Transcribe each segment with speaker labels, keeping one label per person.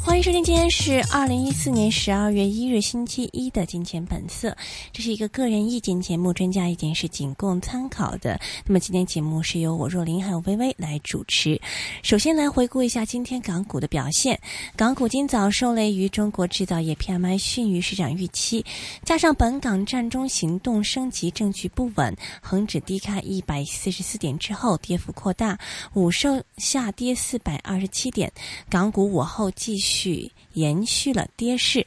Speaker 1: 欢迎收听，今天是二零一四年十二月一日星期一的《金钱本色》，这是一个个人意见节目，专家意见是仅供参考的。那么今天节目是由我若琳还有薇薇来主持。首先来回顾一下今天港股的表现，港股今早受累于中国制造业 PMI 逊于市场预期，加上本港战中行动升级证据不稳，恒指低开一百四十四点之后跌幅扩大，午收下跌四百二十七点，港股午后继续延续了跌势。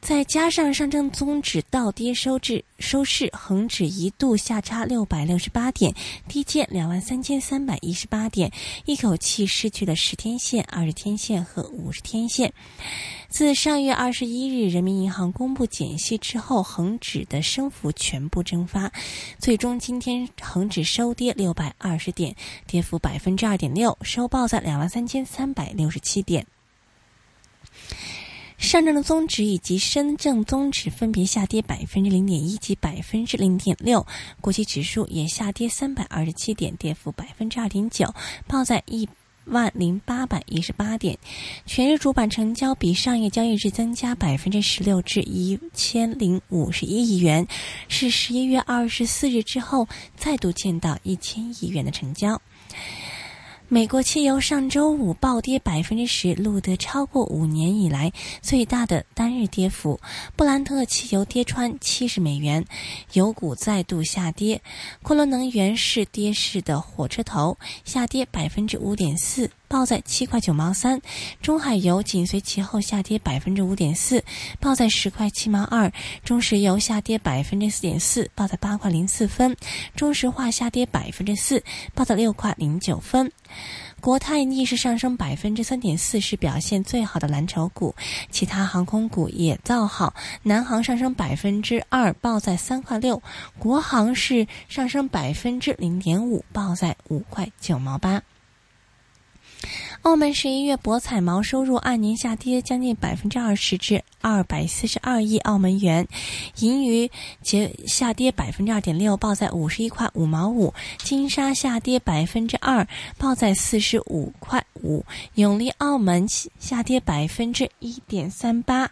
Speaker 1: 再加上上证综指倒跌收至收市，恒指一度下插六百六十八点，低见两万三千三百一十八点，一口气失去了十天线、二十天线和五十天线。自上月二十一日人民银行公布减息之后，恒指的升幅全部蒸发，最终今天恒指收跌六百二十点，跌幅百分之二点六，收报在两万三千三百六十七点。上证的综指以及深证综指分别下跌百分之零点一及百分之零点六，国际指数也下跌三百二十七点，跌幅百分之二点九，报在一万零八百一十八点。全日主板成交比上一交易日增加百分之十六至一千零五十一亿元，是十一月二十四日之后再度见到一千亿元的成交。美国汽油上周五暴跌百分之十，录得超过五年以来最大的单日跌幅。布兰特汽油跌穿七十美元，油股再度下跌。昆仑能源是跌势的火车头，下跌百分之五点四，报在七块九毛三。中海油紧随其后下跌百分之五点四，报在十块七毛二。中石油下跌百分之四点四，报在八块零四分。中石化下跌百分之四，报在六块零九分。国泰逆势上升百分之三点四，是表现最好的蓝筹股。其他航空股也造好，南航上升百分之二，报在三块六；国航是上升百分之零点五，报在五块九毛八。澳门十一月博彩毛收入按年下跌将近百分之二十至二百四十二亿澳门元，盈余节下跌百分之二点六，报在五十一块五毛五；金沙下跌百分之二，报在四十五块五；永利澳门下跌百分之一点三八。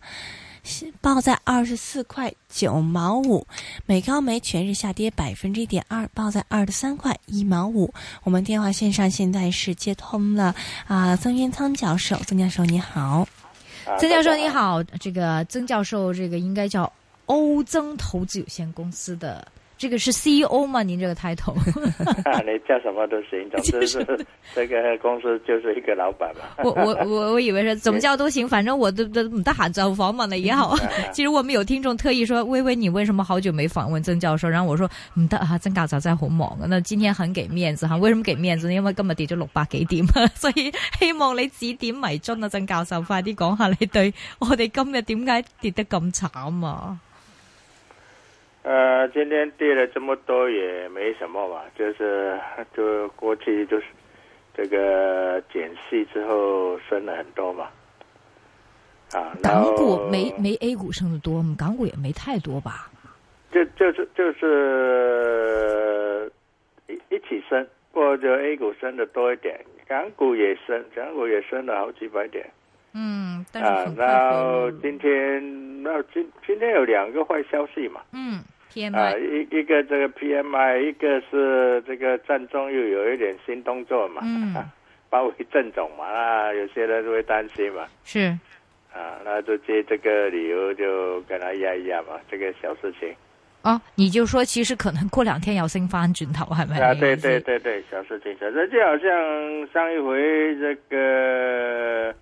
Speaker 1: 报在二十四块九毛五，美高梅全日下跌百分之一点二，报在二十三块一毛五。我们电话线上现在是接通了啊、曾渊仓教授，曾教授你好，
Speaker 2: 啊
Speaker 3: 曾教授你，好，这个曾教授这个应该叫欧曾投资有限公司的，这个是 CEO 吗？您这个 title
Speaker 2: 大家好 你叫什么都行，总之是这个公司就是一个老板嘛。
Speaker 3: 我我我我以为是怎么叫都行，反正我都都唔得闲就访问了也好。 其实我们有听众特意说，微微你为什么好久没访问曾教授？然后我说唔得啊，曾教授真系好忙啊。那今天很给面子哈，为什么给面子呢？因为今日跌咗六百幾點， 所以希望你指點迷津啊，曾教授，快啲講下你對我哋今日點解 跌得咁慘啊？
Speaker 2: 呃，今天跌了这么多也没什么吧，就是就过去就是这个减息之后升了很多嘛。啊，然
Speaker 3: 港
Speaker 2: 后
Speaker 3: 股没没 A 股升得多，我们港股也没太多吧？
Speaker 2: 就就是就是呃一一起升，不过就 A 股升的多一点，港股也升，港股也升了好几百点。
Speaker 3: 嗯，但是
Speaker 2: 啊
Speaker 3: 很，快
Speaker 2: 然
Speaker 3: 回
Speaker 2: 后
Speaker 3: 落
Speaker 2: 今天那今今天有两个坏消息嘛，
Speaker 3: 嗯
Speaker 2: 啊，
Speaker 3: ，PMI，
Speaker 2: 一一个这个 PMI，一个是这个战中又有一点新动作嘛，啊
Speaker 3: 嗯，
Speaker 2: 包围郑总嘛，那有些人就会担心嘛，
Speaker 3: 是，
Speaker 2: 啊，那就借这个理由就跟他压一压嘛，这个小事情，
Speaker 3: 哦，你就说其实可能过两天要升翻轉頭係咪？
Speaker 2: 啊，对对对对，小事情，小事就好像上一回这个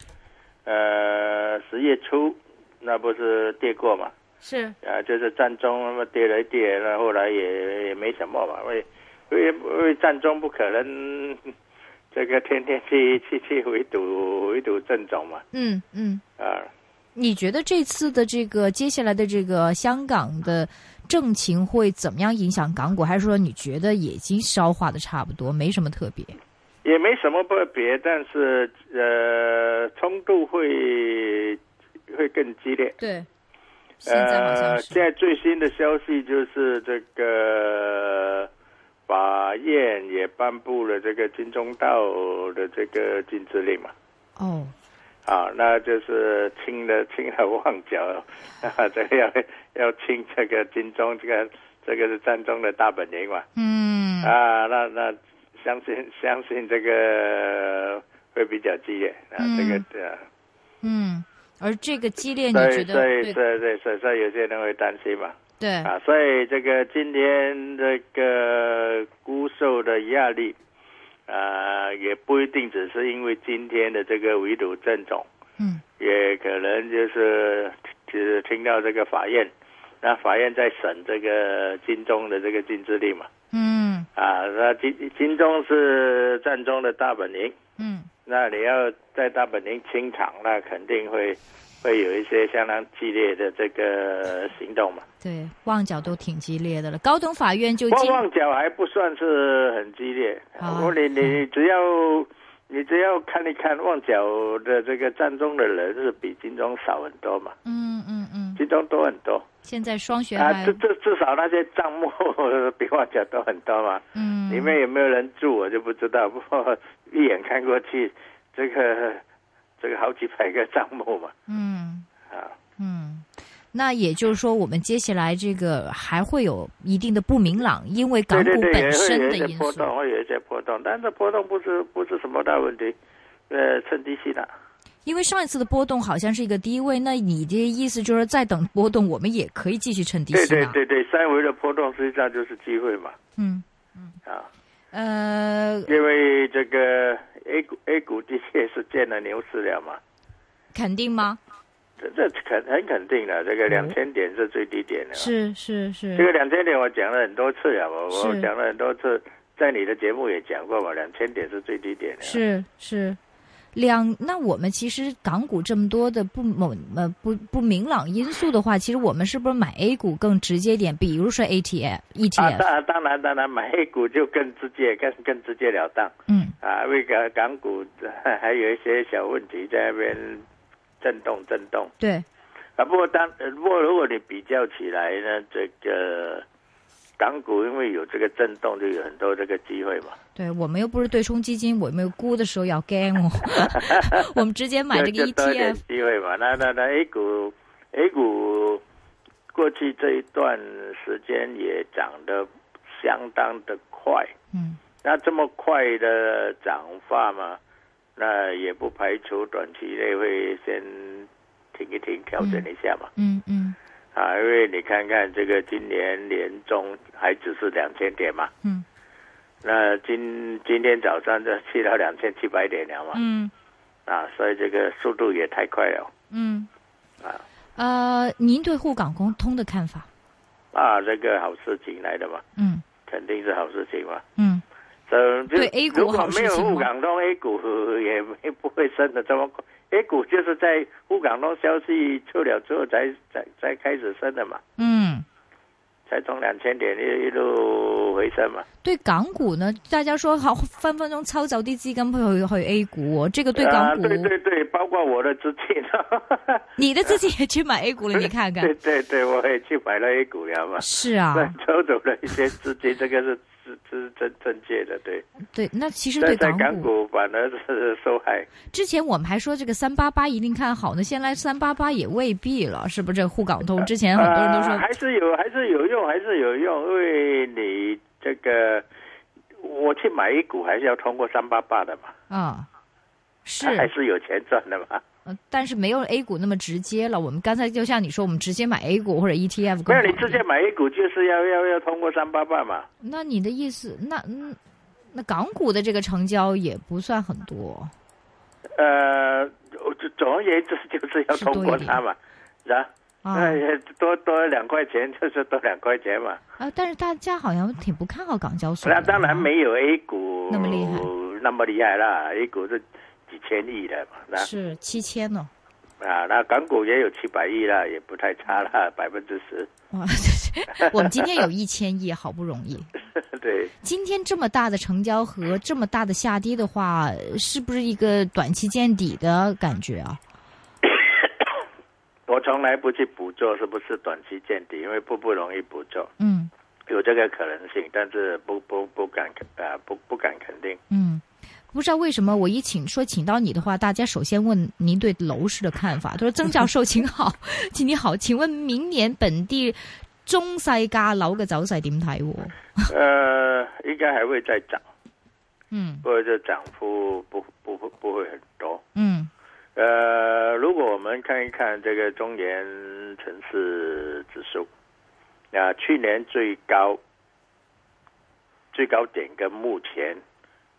Speaker 2: 呃十月初，那不是跌过嘛，
Speaker 3: 是，
Speaker 2: 啊，就是战中那么跌了一跌，那后来也也没什么嘛，因为因为因为战中不可能这个天天去去去围堵围堵郑总嘛，
Speaker 3: 嗯嗯。
Speaker 2: 啊，
Speaker 3: 你觉得这次的这个接下来的这个香港的政情会怎么样影响港股？还是说你觉得已经消化的差不多，没什么特别？
Speaker 2: 一也没什么特别，但是呃，冲突会会更激烈。
Speaker 3: 对，现在好像
Speaker 2: 呃，
Speaker 3: 是
Speaker 2: 现在最新的消息就是这个法院也颁布了这个金钟道的这个禁止令嘛，
Speaker 3: 哦，
Speaker 2: 啊，那就是轻的轻了 忘脚，啊，这个要要清这个金钟，这个这个是战中的大本营嘛，
Speaker 3: 嗯，
Speaker 2: 啊，那那相信相信这个会比较激烈啊，
Speaker 3: 嗯
Speaker 2: 这个呃，
Speaker 3: 嗯，而这个激烈，你
Speaker 2: 所
Speaker 3: 觉
Speaker 2: 以
Speaker 3: 得
Speaker 2: 所以
Speaker 3: 对嗯
Speaker 2: 所以所以所以所以有些人会担心嘛。
Speaker 3: 对
Speaker 2: 啊，所以这个今天这个估售的压力，啊，也不一定只是因为今天的这个围堵震动，
Speaker 3: 嗯
Speaker 2: 也可能就是就是听到这个法院，那法院在审这个金钟的这个禁制令嘛，
Speaker 3: 嗯
Speaker 2: 啊，那金金钟是战中的大本营，
Speaker 3: 嗯
Speaker 2: 那你要在大本营清场，那肯定会会有一些相当激烈的这个行动嘛。
Speaker 3: 对，旺角都挺激烈的了。高等法院就
Speaker 2: 旺
Speaker 3: 今
Speaker 2: 旺角还不算是很激烈，
Speaker 3: 啊
Speaker 2: 我你你只要你只要看一看旺角的这个战中的人是比金钟少很多嘛，
Speaker 3: 嗯嗯嗯，
Speaker 2: 金钟多很多
Speaker 3: 现在双学
Speaker 2: 啊，
Speaker 3: 还
Speaker 2: 至至至少那些账目 比旺角多很多嘛，
Speaker 3: 嗯，
Speaker 2: 里面有没有人住我就不知道，不过一眼看过去，这个这个好几百个账目嘛，
Speaker 3: 嗯
Speaker 2: 啊，
Speaker 3: 嗯。那也就是说，我们接下来这个还会有一定的不明朗，因为港
Speaker 2: 对对
Speaker 3: 股
Speaker 2: 对，也
Speaker 3: 本
Speaker 2: 会
Speaker 3: 身
Speaker 2: 有
Speaker 3: 的
Speaker 2: 一些
Speaker 3: 因
Speaker 2: 波
Speaker 3: 素。
Speaker 2: 动，哦会有一些波动，但是波动不是不是什么大问题，呃，趁低吸纳。
Speaker 3: 因为上一次的波动好像是一个低位，那你的意思就是再等波动，我们也可以继续趁低
Speaker 2: 对
Speaker 3: 吸
Speaker 2: 对
Speaker 3: 纳。
Speaker 2: 对对，三维的波动实际上就是机会嘛，
Speaker 3: 嗯，
Speaker 2: 啊，
Speaker 3: 呃，
Speaker 2: 因为这个 A 股 A 股的确是见了牛市了嘛，
Speaker 3: 肯定吗？
Speaker 2: 这这肯很肯定的，这个两千点是最低点了。
Speaker 3: 嗯是是
Speaker 2: 这
Speaker 3: 是，
Speaker 2: 个两千点我讲了很多次了，我我
Speaker 3: 嗯是
Speaker 2: 讲了很多次，在你的节目也讲过嘛，两千点是最低点了。
Speaker 3: 是是。两，那我们其实港股这么多的不某呃不不明朗因素的话，其实我们是不是买 A 股更直接点？比如说 ATF、
Speaker 2: 啊，
Speaker 3: ETF，、
Speaker 2: 当当然当然，买 A 股就更直接、更更直截了当
Speaker 3: 嗯
Speaker 2: 啊，因为港港股 呃还有一些小问题在那边震动震动。
Speaker 3: 对，
Speaker 2: 啊，不过当呃不过如果你比较起来呢，这个港股因为有这个震动，就有很多这个机会嘛。
Speaker 3: 对我们又不是对冲基金，我们估的时候要 gain 哦，我们直接买这
Speaker 2: 就
Speaker 3: 个
Speaker 2: 就
Speaker 3: E
Speaker 2: 多一点
Speaker 3: ETF，
Speaker 2: 机会嘛。那那那 A 股 A 股过去这一段时间也涨得相当的快，
Speaker 3: 嗯
Speaker 2: 那这么快的涨法嘛，那也不排除短期内会先停一停，调整一下嘛。
Speaker 3: 嗯嗯
Speaker 2: 啊，因为你看看这个今年年中还只是两千点嘛，
Speaker 3: 嗯
Speaker 2: 那今今天早上就去到两千七百点了嘛，
Speaker 3: 嗯
Speaker 2: 啊，所以这个速度也太快了
Speaker 3: 嗯，
Speaker 2: 啊
Speaker 3: 呃，您对沪港公通的看法？
Speaker 2: 啊，这个好事情来的嘛，
Speaker 3: 嗯
Speaker 2: 肯定是好事情嘛。
Speaker 3: 嗯
Speaker 2: 嗯，就
Speaker 3: 对 A 股
Speaker 2: 如果
Speaker 3: 好事
Speaker 2: 没有
Speaker 3: 情吗
Speaker 2: 沪港通，A 股也也不 会升的这么快。A 股就是在沪港通消息出了之后才才才开始升的嘛，
Speaker 3: 嗯。
Speaker 2: 才从两千点一一路回升嘛。
Speaker 3: 对港股呢，大家说好分分钟抽走啲資金去去 A 股、哦，这个对港股，
Speaker 2: 啊，对对对，包括我的资金，
Speaker 3: 你的自己也去买 A 股了，你看看
Speaker 2: 对，对对，我也去买了 A 股了嘛，
Speaker 3: 是啊，
Speaker 2: 那抽走了一些资金，这个是是是真正确的，对。
Speaker 3: 对，那其实
Speaker 2: 但
Speaker 3: 对
Speaker 2: 在
Speaker 3: 港
Speaker 2: 港
Speaker 3: 股，
Speaker 2: 股反而是受害，
Speaker 3: 之前我们还说这个三八八一定看好呢，现在三八八也未必了，是不是？这沪港通之前很多人都说，
Speaker 2: 呃还是有还是有用，还是有用，因为你这个我去买 A 股还是要通过三八八的嘛，
Speaker 3: 啊，是，
Speaker 2: 还是有钱赚的嘛。
Speaker 3: 呃但是没有 A 股那么直接了。我们刚才就像你说，我们直接买 A 股或者 E ETF
Speaker 2: 没
Speaker 3: 更
Speaker 2: 有，
Speaker 3: 好
Speaker 2: 你
Speaker 3: 一
Speaker 2: 直接
Speaker 3: 点。
Speaker 2: 买 A 股就是要要要通过三八八嘛。
Speaker 3: 那你的意思，那嗯，那港股的这个成交也不算很多，
Speaker 2: 呃，总总而言之就是要通过它嘛，然
Speaker 3: 啊。
Speaker 2: 哎，多多两块钱就是多两块钱嘛。
Speaker 3: 啊，但是大家好像挺不看好港交所的
Speaker 2: 那
Speaker 3: 啊。
Speaker 2: 当然没有 A 股
Speaker 3: 那么厉害，
Speaker 2: 那么厉害啦。A 股是几千亿的嘛，那
Speaker 3: 啊是七千呢、
Speaker 2: 啊，那港股也有七百亿啦，也不太差啦，百分之十。
Speaker 3: 哇，我们今天有一千亿，好不容易。
Speaker 2: 对，
Speaker 3: 今天这么大的成交和这么大的下跌的话，是不是一个短期见底的感觉啊？
Speaker 2: 我从来不去捕捉是不是短期见底，因为不不容易捕捉，
Speaker 3: 嗯
Speaker 2: 有这个可能性，但是不不不敢肯啊、不不敢肯定。
Speaker 3: 嗯，不知道为什么我一请说请到你的话，大家首先问您对楼市的看法。他说：“曾教授，请好， 请你好，请问明年本地中細價樓嘅走勢點睇喎？”
Speaker 2: 呃，应该还会再涨，
Speaker 3: 嗯
Speaker 2: 不过这涨幅不不不不会很多。
Speaker 3: 嗯
Speaker 2: 呃，如果我们看一看这个中原城市指数，啊、去年最高最高点跟目前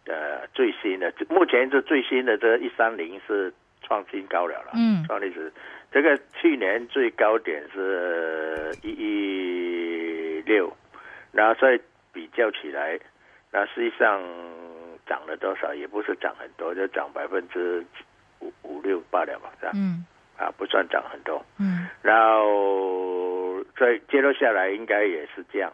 Speaker 2: 的最新的，目前这最新的这一三零是创新高了了，
Speaker 3: 嗯
Speaker 2: 创历史。这个去年最高点是一一六，然后再比较起来，那实际上涨了多少？也不是涨很多，就涨百分之五五六八了吧，是吧？
Speaker 3: 嗯
Speaker 2: 啊，不算涨很多。
Speaker 3: 嗯
Speaker 2: 然后再接着下来应该也是这样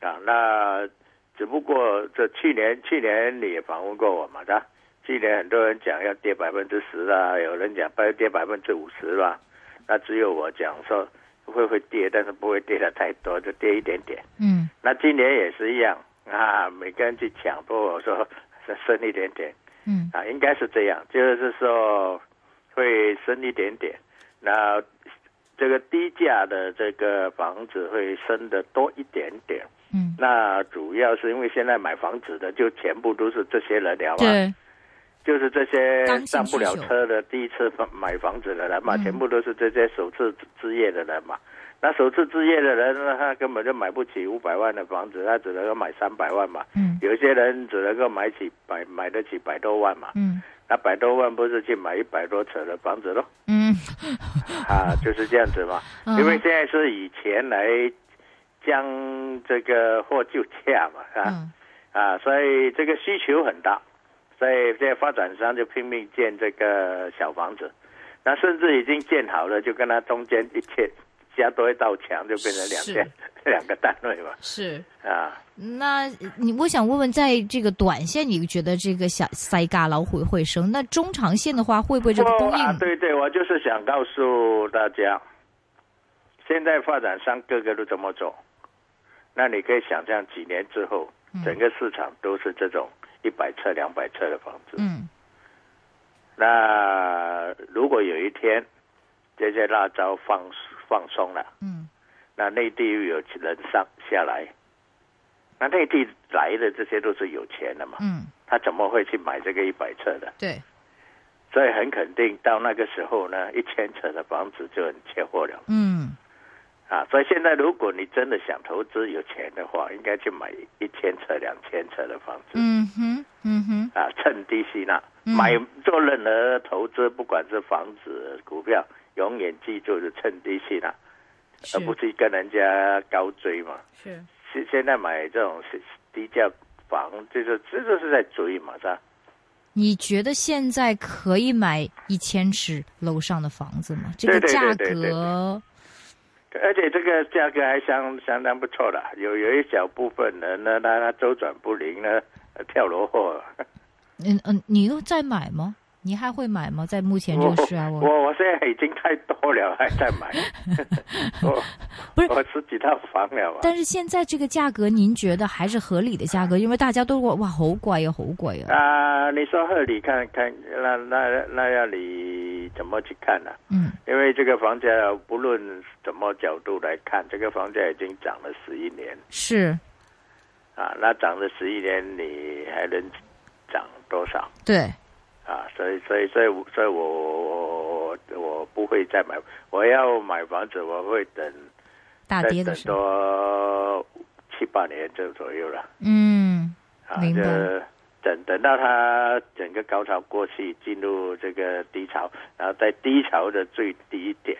Speaker 2: 啊。那只不过这去年去年你也访问过我嘛，是吧？去年很多人讲要跌百分之十啊，有人讲要跌百分之五十啦，那只有我讲说会会跌，但是不会跌的太多，就跌一点点。
Speaker 3: 嗯
Speaker 2: 那今年也是一样啊，每个人去抢，不过我说深一点点。
Speaker 3: 嗯
Speaker 2: 啊，应该是这样，就是说会升一点点，那这个低价的这个房子会升的多一点点。
Speaker 3: 嗯，
Speaker 2: 那主要是因为现在买房子的就全部都是这些人了嘛，
Speaker 3: 對，
Speaker 2: 就是这些
Speaker 1: 刚性
Speaker 2: 上不了
Speaker 1: 需求
Speaker 2: 车的、第一次买房子的人嘛，
Speaker 3: 嗯
Speaker 2: 全部都是这些首次置业的人嘛。那首次置业的人呢，他根本就买不起五百万的房子，他只能够买三百万嘛。
Speaker 3: 嗯
Speaker 2: 有些人只能够买起百买得起百多万嘛。
Speaker 3: 嗯
Speaker 2: 那百多万不是去买一百多尺的房子咯？
Speaker 3: 嗯，
Speaker 2: 啊，就是这样子嘛。
Speaker 1: 嗯
Speaker 2: 因为现在是以钱来将这个货就价嘛，啊、
Speaker 3: 嗯
Speaker 2: 啊，所以这个需求很大，所以这些发展商就拼命建这个小房子，那甚至已经建好了，就跟它中间一切加多一道墙，就变成两间 两个单位嘛，
Speaker 3: 是。
Speaker 2: 啊。
Speaker 3: 那你我想问问，在这个短线，你觉得这个小塞嘎楼会会升？那中长线的话，会不会这个供
Speaker 2: 不啊，
Speaker 3: 应？
Speaker 2: 对对，我就是想告诉大家，现在发展商个个都这么做，那你可以想象几年之后，
Speaker 3: 嗯
Speaker 2: 整个市场都是这种一百车、两百车的房子。
Speaker 3: 嗯
Speaker 2: 那如果有一天这些辣招放放松了，
Speaker 3: 嗯
Speaker 2: 那内地又有人上下来，那内地来的这些都是有钱的嘛，
Speaker 3: 嗯，
Speaker 2: 他怎么会去买这个一百车的？
Speaker 3: 对，
Speaker 2: 所以很肯定，到那个时候呢，一千尺的房子就很缺货了
Speaker 3: 嗯
Speaker 2: 啊！所以现在，如果你真的想投资有钱的话，应该去买一千尺、两千尺的房子
Speaker 3: 嗯哼嗯哼
Speaker 2: 啊，趁低吸纳。
Speaker 3: 嗯
Speaker 2: 买做任何投资，不管是房子、股票，永远记住是趁低吸纳，
Speaker 3: 是
Speaker 2: 而不是跟人家高追嘛。
Speaker 3: 是
Speaker 2: 现现在买这种低价房，就是这就是在追嘛，是吧？
Speaker 3: 你觉得现在可以买一千尺楼上的房子吗？这个
Speaker 2: 对对
Speaker 3: 价
Speaker 2: 对对对
Speaker 3: 格，
Speaker 2: 而且这个价格还相相当不错的，有有一小部分人呢，他他周转不灵呢，呃跳楼货。
Speaker 3: 嗯嗯，你又在买吗？你还会买吗？在目前这个时啊，
Speaker 2: 我
Speaker 3: 我
Speaker 2: 我我现在已经太多了，还在 买，我
Speaker 3: 不是
Speaker 2: 我十几套房了啊。
Speaker 3: 但是现在这个价格，您觉得还是合理的价格？因为大家都说哇，好贵啊，好贵啊。
Speaker 2: 啊，你说贺礼看看，那那那要你怎么去看呢、
Speaker 3: 嗯
Speaker 2: 因为这个房价不论怎么角度来看，这个房价已经涨了十一年
Speaker 3: 是，
Speaker 2: 啊，那涨了十一年，你还能涨多少？
Speaker 3: 对，
Speaker 2: 啊，所以所以所以我所以我我我我不会再买，我要买房子，我会等
Speaker 3: 大
Speaker 2: 再
Speaker 3: 跌的
Speaker 2: 等
Speaker 3: 时候，
Speaker 2: 多七八年这左右了
Speaker 3: 嗯
Speaker 2: 啊，
Speaker 3: 明白
Speaker 2: 这等等到它整个高潮过去，进入这个低潮，然后在低潮的最低点，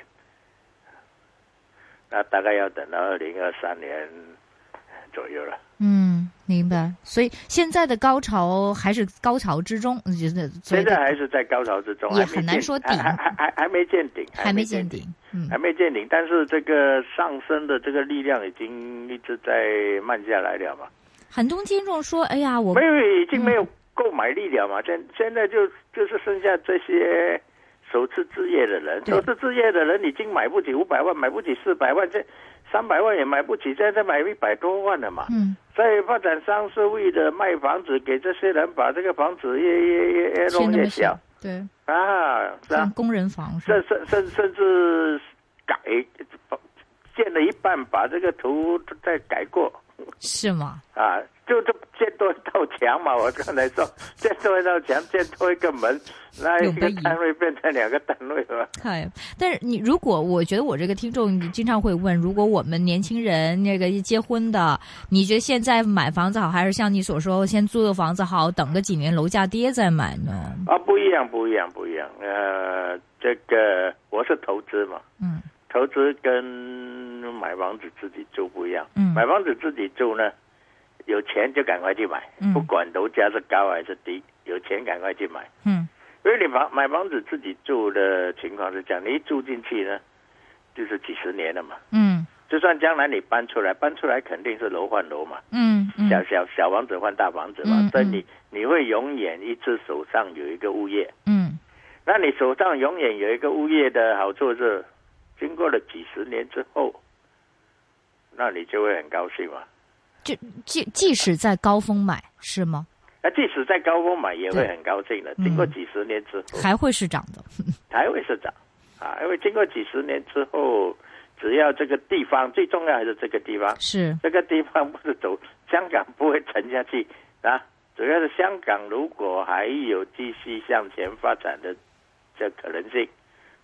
Speaker 2: 那大概要等到二零二三年左右了。
Speaker 3: 嗯，明白。所以现在的高潮还是高潮之中，你觉得所以
Speaker 2: 现在还是在高潮之中，
Speaker 3: 也
Speaker 2: 还没
Speaker 3: 很难
Speaker 2: 见
Speaker 3: 说
Speaker 2: 还还
Speaker 3: 顶
Speaker 2: 还还还没见顶，
Speaker 3: 还没见
Speaker 2: 顶。啊
Speaker 3: 顶，嗯
Speaker 2: 还没见顶，但是这个上升的这个力量已经一直在慢下来了嘛。
Speaker 3: 很多听众说，哎呀，我嗯
Speaker 2: 没有已经没有购买力了嘛，现、现在就就是剩下这些首次置业的人，
Speaker 3: 对
Speaker 2: 首次置业的人已经买不起五百万，买不起四百万，这三百万也买不起，现在买一百多万了嘛。
Speaker 3: 嗯，
Speaker 2: 所以发展商是为了卖房子给这些人，把这个房子越越越越
Speaker 3: 是
Speaker 2: 弄
Speaker 3: 那
Speaker 2: 越
Speaker 3: 么
Speaker 2: 小
Speaker 3: 小，嗯对，
Speaker 2: 啊，是啊
Speaker 3: 像，工人房
Speaker 2: 甚
Speaker 3: 是吧？
Speaker 2: 甚甚甚至改建了一半，把这个图再改过。
Speaker 3: 是吗？
Speaker 2: 啊，就这建多一道墙嘛，我刚才说建多一道墙，建多一个门，那一个单位变成两个单位了。
Speaker 3: 哎，但是你如果我觉得我这个听众，你经常会问，如果我们年轻人那个结婚的，你觉得现在买房子好，还是像你所说先租个房子好，等个几年楼价跌再买呢？
Speaker 2: 啊，不一样，不一样，不一样。呃，这个我是投资嘛，
Speaker 3: 嗯
Speaker 2: 投资跟买房子自己住不一样。
Speaker 3: 嗯
Speaker 2: 买房子自己住呢，有钱就赶快去买，
Speaker 3: 嗯
Speaker 2: 不管楼价是高还是低，有钱赶快去买。
Speaker 3: 嗯
Speaker 2: 因为你房买房子自己住的情况是这样，你一住进去呢，就是几十年了嘛。
Speaker 3: 嗯
Speaker 2: 就算将来你搬出来，搬出来肯定是楼换楼嘛，
Speaker 3: 嗯嗯
Speaker 2: 小小小房子换大房子嘛，
Speaker 3: 嗯
Speaker 2: 所以
Speaker 3: 嗯
Speaker 2: 你你会永远一直手上有一个物业。
Speaker 3: 嗯
Speaker 2: 那你手上永远有一个物业的好处是，经过了几十年之后，那你就会很高兴嘛。
Speaker 3: 即即使在高峰买是吗？
Speaker 2: 那即使在高峰买也会很高兴的，
Speaker 3: 嗯
Speaker 2: 经过几十年之后
Speaker 3: 还会是涨的。
Speaker 2: 才会是涨啊，因为经过几十年之后，只要这个地方最重要还是这个地方，
Speaker 3: 是，
Speaker 2: 这个地方不是走香港不会沉下去啊，主要是香港如果还有继续向前发展的这可能性，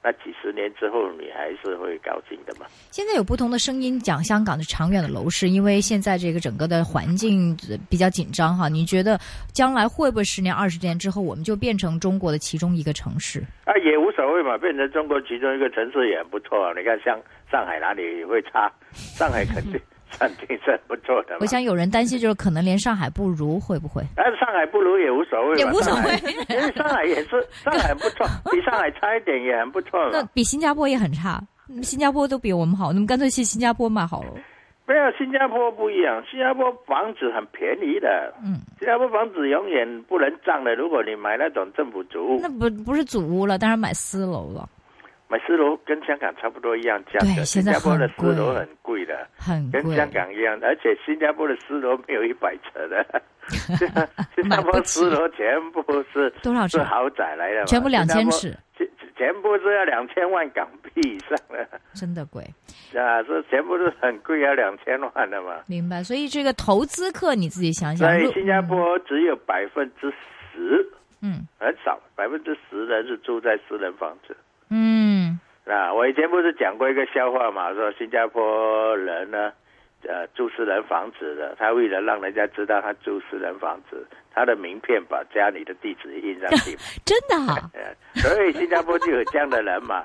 Speaker 2: 那几十年之后你还是会高兴的嘛。
Speaker 3: 现在有不同的声音讲香港的长远的楼市，因为现在这个整个的环境呃比较紧张哈。你觉得将来会不会十年、二十年之后，我们就变成中国的其中一个城市？
Speaker 2: 啊，也无所谓嘛，变成中国其中一个城市也很不错、啊。你看像上海哪里会差？上海肯 定肯定是很不错的嘛
Speaker 3: 我。想有人担心，就是可能连上海不如，会不会？
Speaker 2: 但是上海不如也无所谓嘛，
Speaker 3: 也无所
Speaker 2: 上
Speaker 3: 谓
Speaker 2: 海，因为上海也是上海不 错，比上海差一点也很不错
Speaker 3: 那
Speaker 2: 嘛。
Speaker 3: 比新加坡也很差，嗯新加坡都比我们好，那么干脆去新加坡买好了。
Speaker 2: 没有新加坡不一样，新加坡房子很便宜的，
Speaker 3: 嗯，
Speaker 2: 新加坡房子永远不能涨的。如果你买那种政府主屋
Speaker 3: 那，不不是祖屋了，当然买私楼了，
Speaker 2: 买私楼跟香港差不多一样价
Speaker 3: 对
Speaker 2: 格，
Speaker 3: 现
Speaker 2: 新
Speaker 3: 在
Speaker 2: 加坡的
Speaker 3: 很贵
Speaker 2: 私楼很贵的，
Speaker 3: 很
Speaker 2: 跟
Speaker 3: 贵。
Speaker 2: 香港一样，而且新加坡的私楼没有一百尺 的，新加
Speaker 3: 买不
Speaker 2: 坡
Speaker 3: 起
Speaker 2: 私楼全部是
Speaker 3: 多少
Speaker 2: 是
Speaker 3: 尺？
Speaker 2: 豪宅来的嘛，
Speaker 3: 全部两千
Speaker 2: 新加坡，
Speaker 3: 尺，
Speaker 2: 全全部是要两千万港币以上的。
Speaker 3: 真的贵。
Speaker 2: 啊，这全部都很贵啊，两千万的嘛。
Speaker 3: 明白，所以这个投资客你自己想想。
Speaker 2: 所
Speaker 3: 如
Speaker 2: 以新加坡只有百分之十，
Speaker 3: 嗯
Speaker 2: 很少，百分之十人是住在私人房子。
Speaker 3: 嗯
Speaker 2: 啊，我以前不是讲过一个笑话嘛，说新加坡人呢，呃，住私人房子的，他为了让人家知道他住私人房子，他的名片把家里的地址印上去嘛。
Speaker 3: 真的啊，
Speaker 2: 呃，所以新加坡就有这样的人嘛。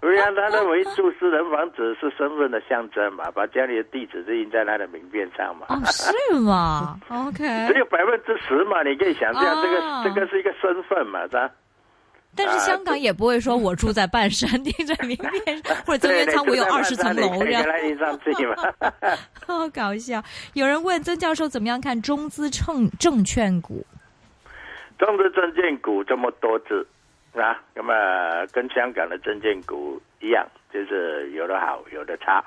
Speaker 2: 所以他认为住私人房子是身份的象征嘛，把家里的地址就印在他的名片上嘛。
Speaker 3: 哦是吗？OK，
Speaker 2: 只有百分之十嘛，你可以想象，这个、
Speaker 3: 啊
Speaker 2: 这个是一个身份嘛，是吧？
Speaker 3: 但是香港也不会说我住在半山，盯着名片上或者曾
Speaker 2: 对
Speaker 3: 渊
Speaker 2: 对，
Speaker 3: 仓我有
Speaker 2: 就在
Speaker 3: 二十层
Speaker 2: 那
Speaker 3: 楼
Speaker 2: 里可以
Speaker 3: 这样
Speaker 2: 给，他印上去嘛。
Speaker 3: 好搞笑。有人问曾教授怎么样看中资证证券股？
Speaker 2: 中资证券股这么多只，啊，那么跟香港的证券股一样，就是有的好，有的差，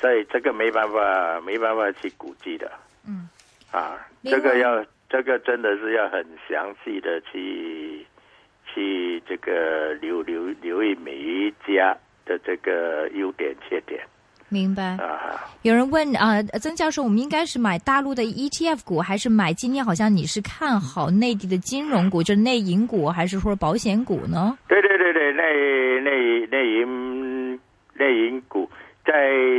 Speaker 2: 所以这个没办法，没办法去估计的。
Speaker 3: 嗯，
Speaker 2: 啊，
Speaker 3: 另
Speaker 2: 这
Speaker 3: 外
Speaker 2: 个要，这个真的是要很详细的去去这个留留留意每一家的这个优点缺点
Speaker 3: 明白。
Speaker 2: 啊。
Speaker 3: 有人问啊、呃曾教授，我们应该是买大陆的 ETF 股，还是买今天好像你是看好内地的金融股，就是内银股，还是说保险股呢？
Speaker 2: 对对对对，内内内银内银股，在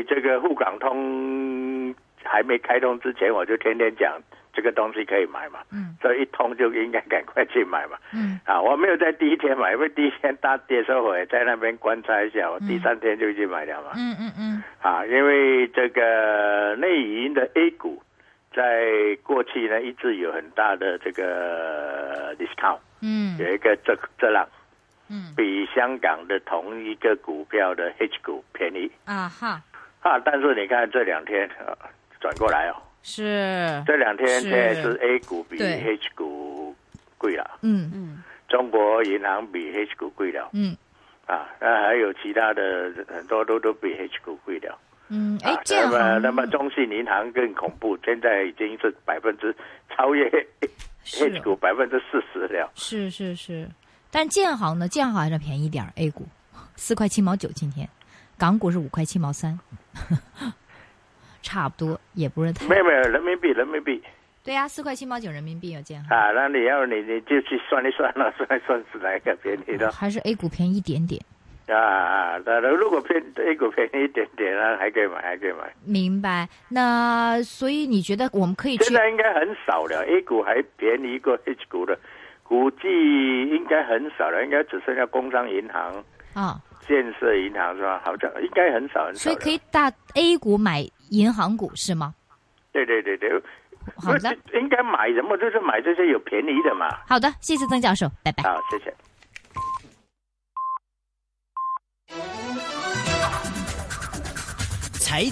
Speaker 2: 这个沪港通还没开通之前，我就天天讲这个东西可以买嘛，
Speaker 3: 嗯
Speaker 2: 所以一通就应该赶快去买嘛。
Speaker 3: 嗯。
Speaker 2: 啊，我没有在第一天买，因为第一天大跌的时候，我也在那边观察一下，我第三天就去买了嘛。
Speaker 3: 嗯嗯嗯
Speaker 2: 啊，因为这个内银的 A 股，在过去呢一直有很大的这个 discount，
Speaker 3: 嗯
Speaker 2: 有一个折折让。
Speaker 3: 嗯
Speaker 2: 比香港的同一个股票的 H 股便宜
Speaker 3: 啊哈，
Speaker 2: 啊，但是你看这两天、呃转过来哦，
Speaker 3: 是，
Speaker 2: 这两天
Speaker 3: 是
Speaker 2: 现在是 A 股比
Speaker 3: 对
Speaker 2: H 股贵了，
Speaker 3: 嗯
Speaker 1: 嗯
Speaker 2: 中国银行比 H 股贵了
Speaker 3: 嗯
Speaker 2: 啊，那还有其他的很多都都比 H 股贵了。
Speaker 3: 嗯，哎
Speaker 2: 啊，，
Speaker 3: 建
Speaker 2: 那么
Speaker 3: 行
Speaker 2: 那么中信银行更恐怖，现在已经是百分之超越 H
Speaker 3: 是哦
Speaker 2: 股百分之四十了。
Speaker 3: 是是是，但建行呢，建行还是便宜点儿，A 股四块七毛九今天，港股是五块七毛三， 差不多，也不是太
Speaker 2: 没有没有人民币人民币
Speaker 3: 对呀、4四块七毛九人民币有建行，
Speaker 2: 啊，那你要你你就去算一算了，算一算是哪一个便宜 的
Speaker 3: 还是 A 股便宜一点点。
Speaker 2: 啊啊？那如果便 A 股便宜一点点啊，还可以买，还可以买。
Speaker 3: 明白，那所以你觉得我们可以
Speaker 2: 现
Speaker 3: 去
Speaker 2: 在应该很少了，A 股还便宜过 H 股的，估计应该很少了，应该只剩下工商银行、
Speaker 3: 啊？
Speaker 2: 建设银行是吧？好像应该很少很少
Speaker 3: 所
Speaker 2: 了。
Speaker 3: 以可以大 A 股买银行股是吗？
Speaker 2: 对对对对，
Speaker 3: 好的，
Speaker 2: 不是，应该买什么？就是买这些有便宜的嘛。啊
Speaker 3: 好的，谢谢曾教授，拜拜。
Speaker 2: 好，谢谢。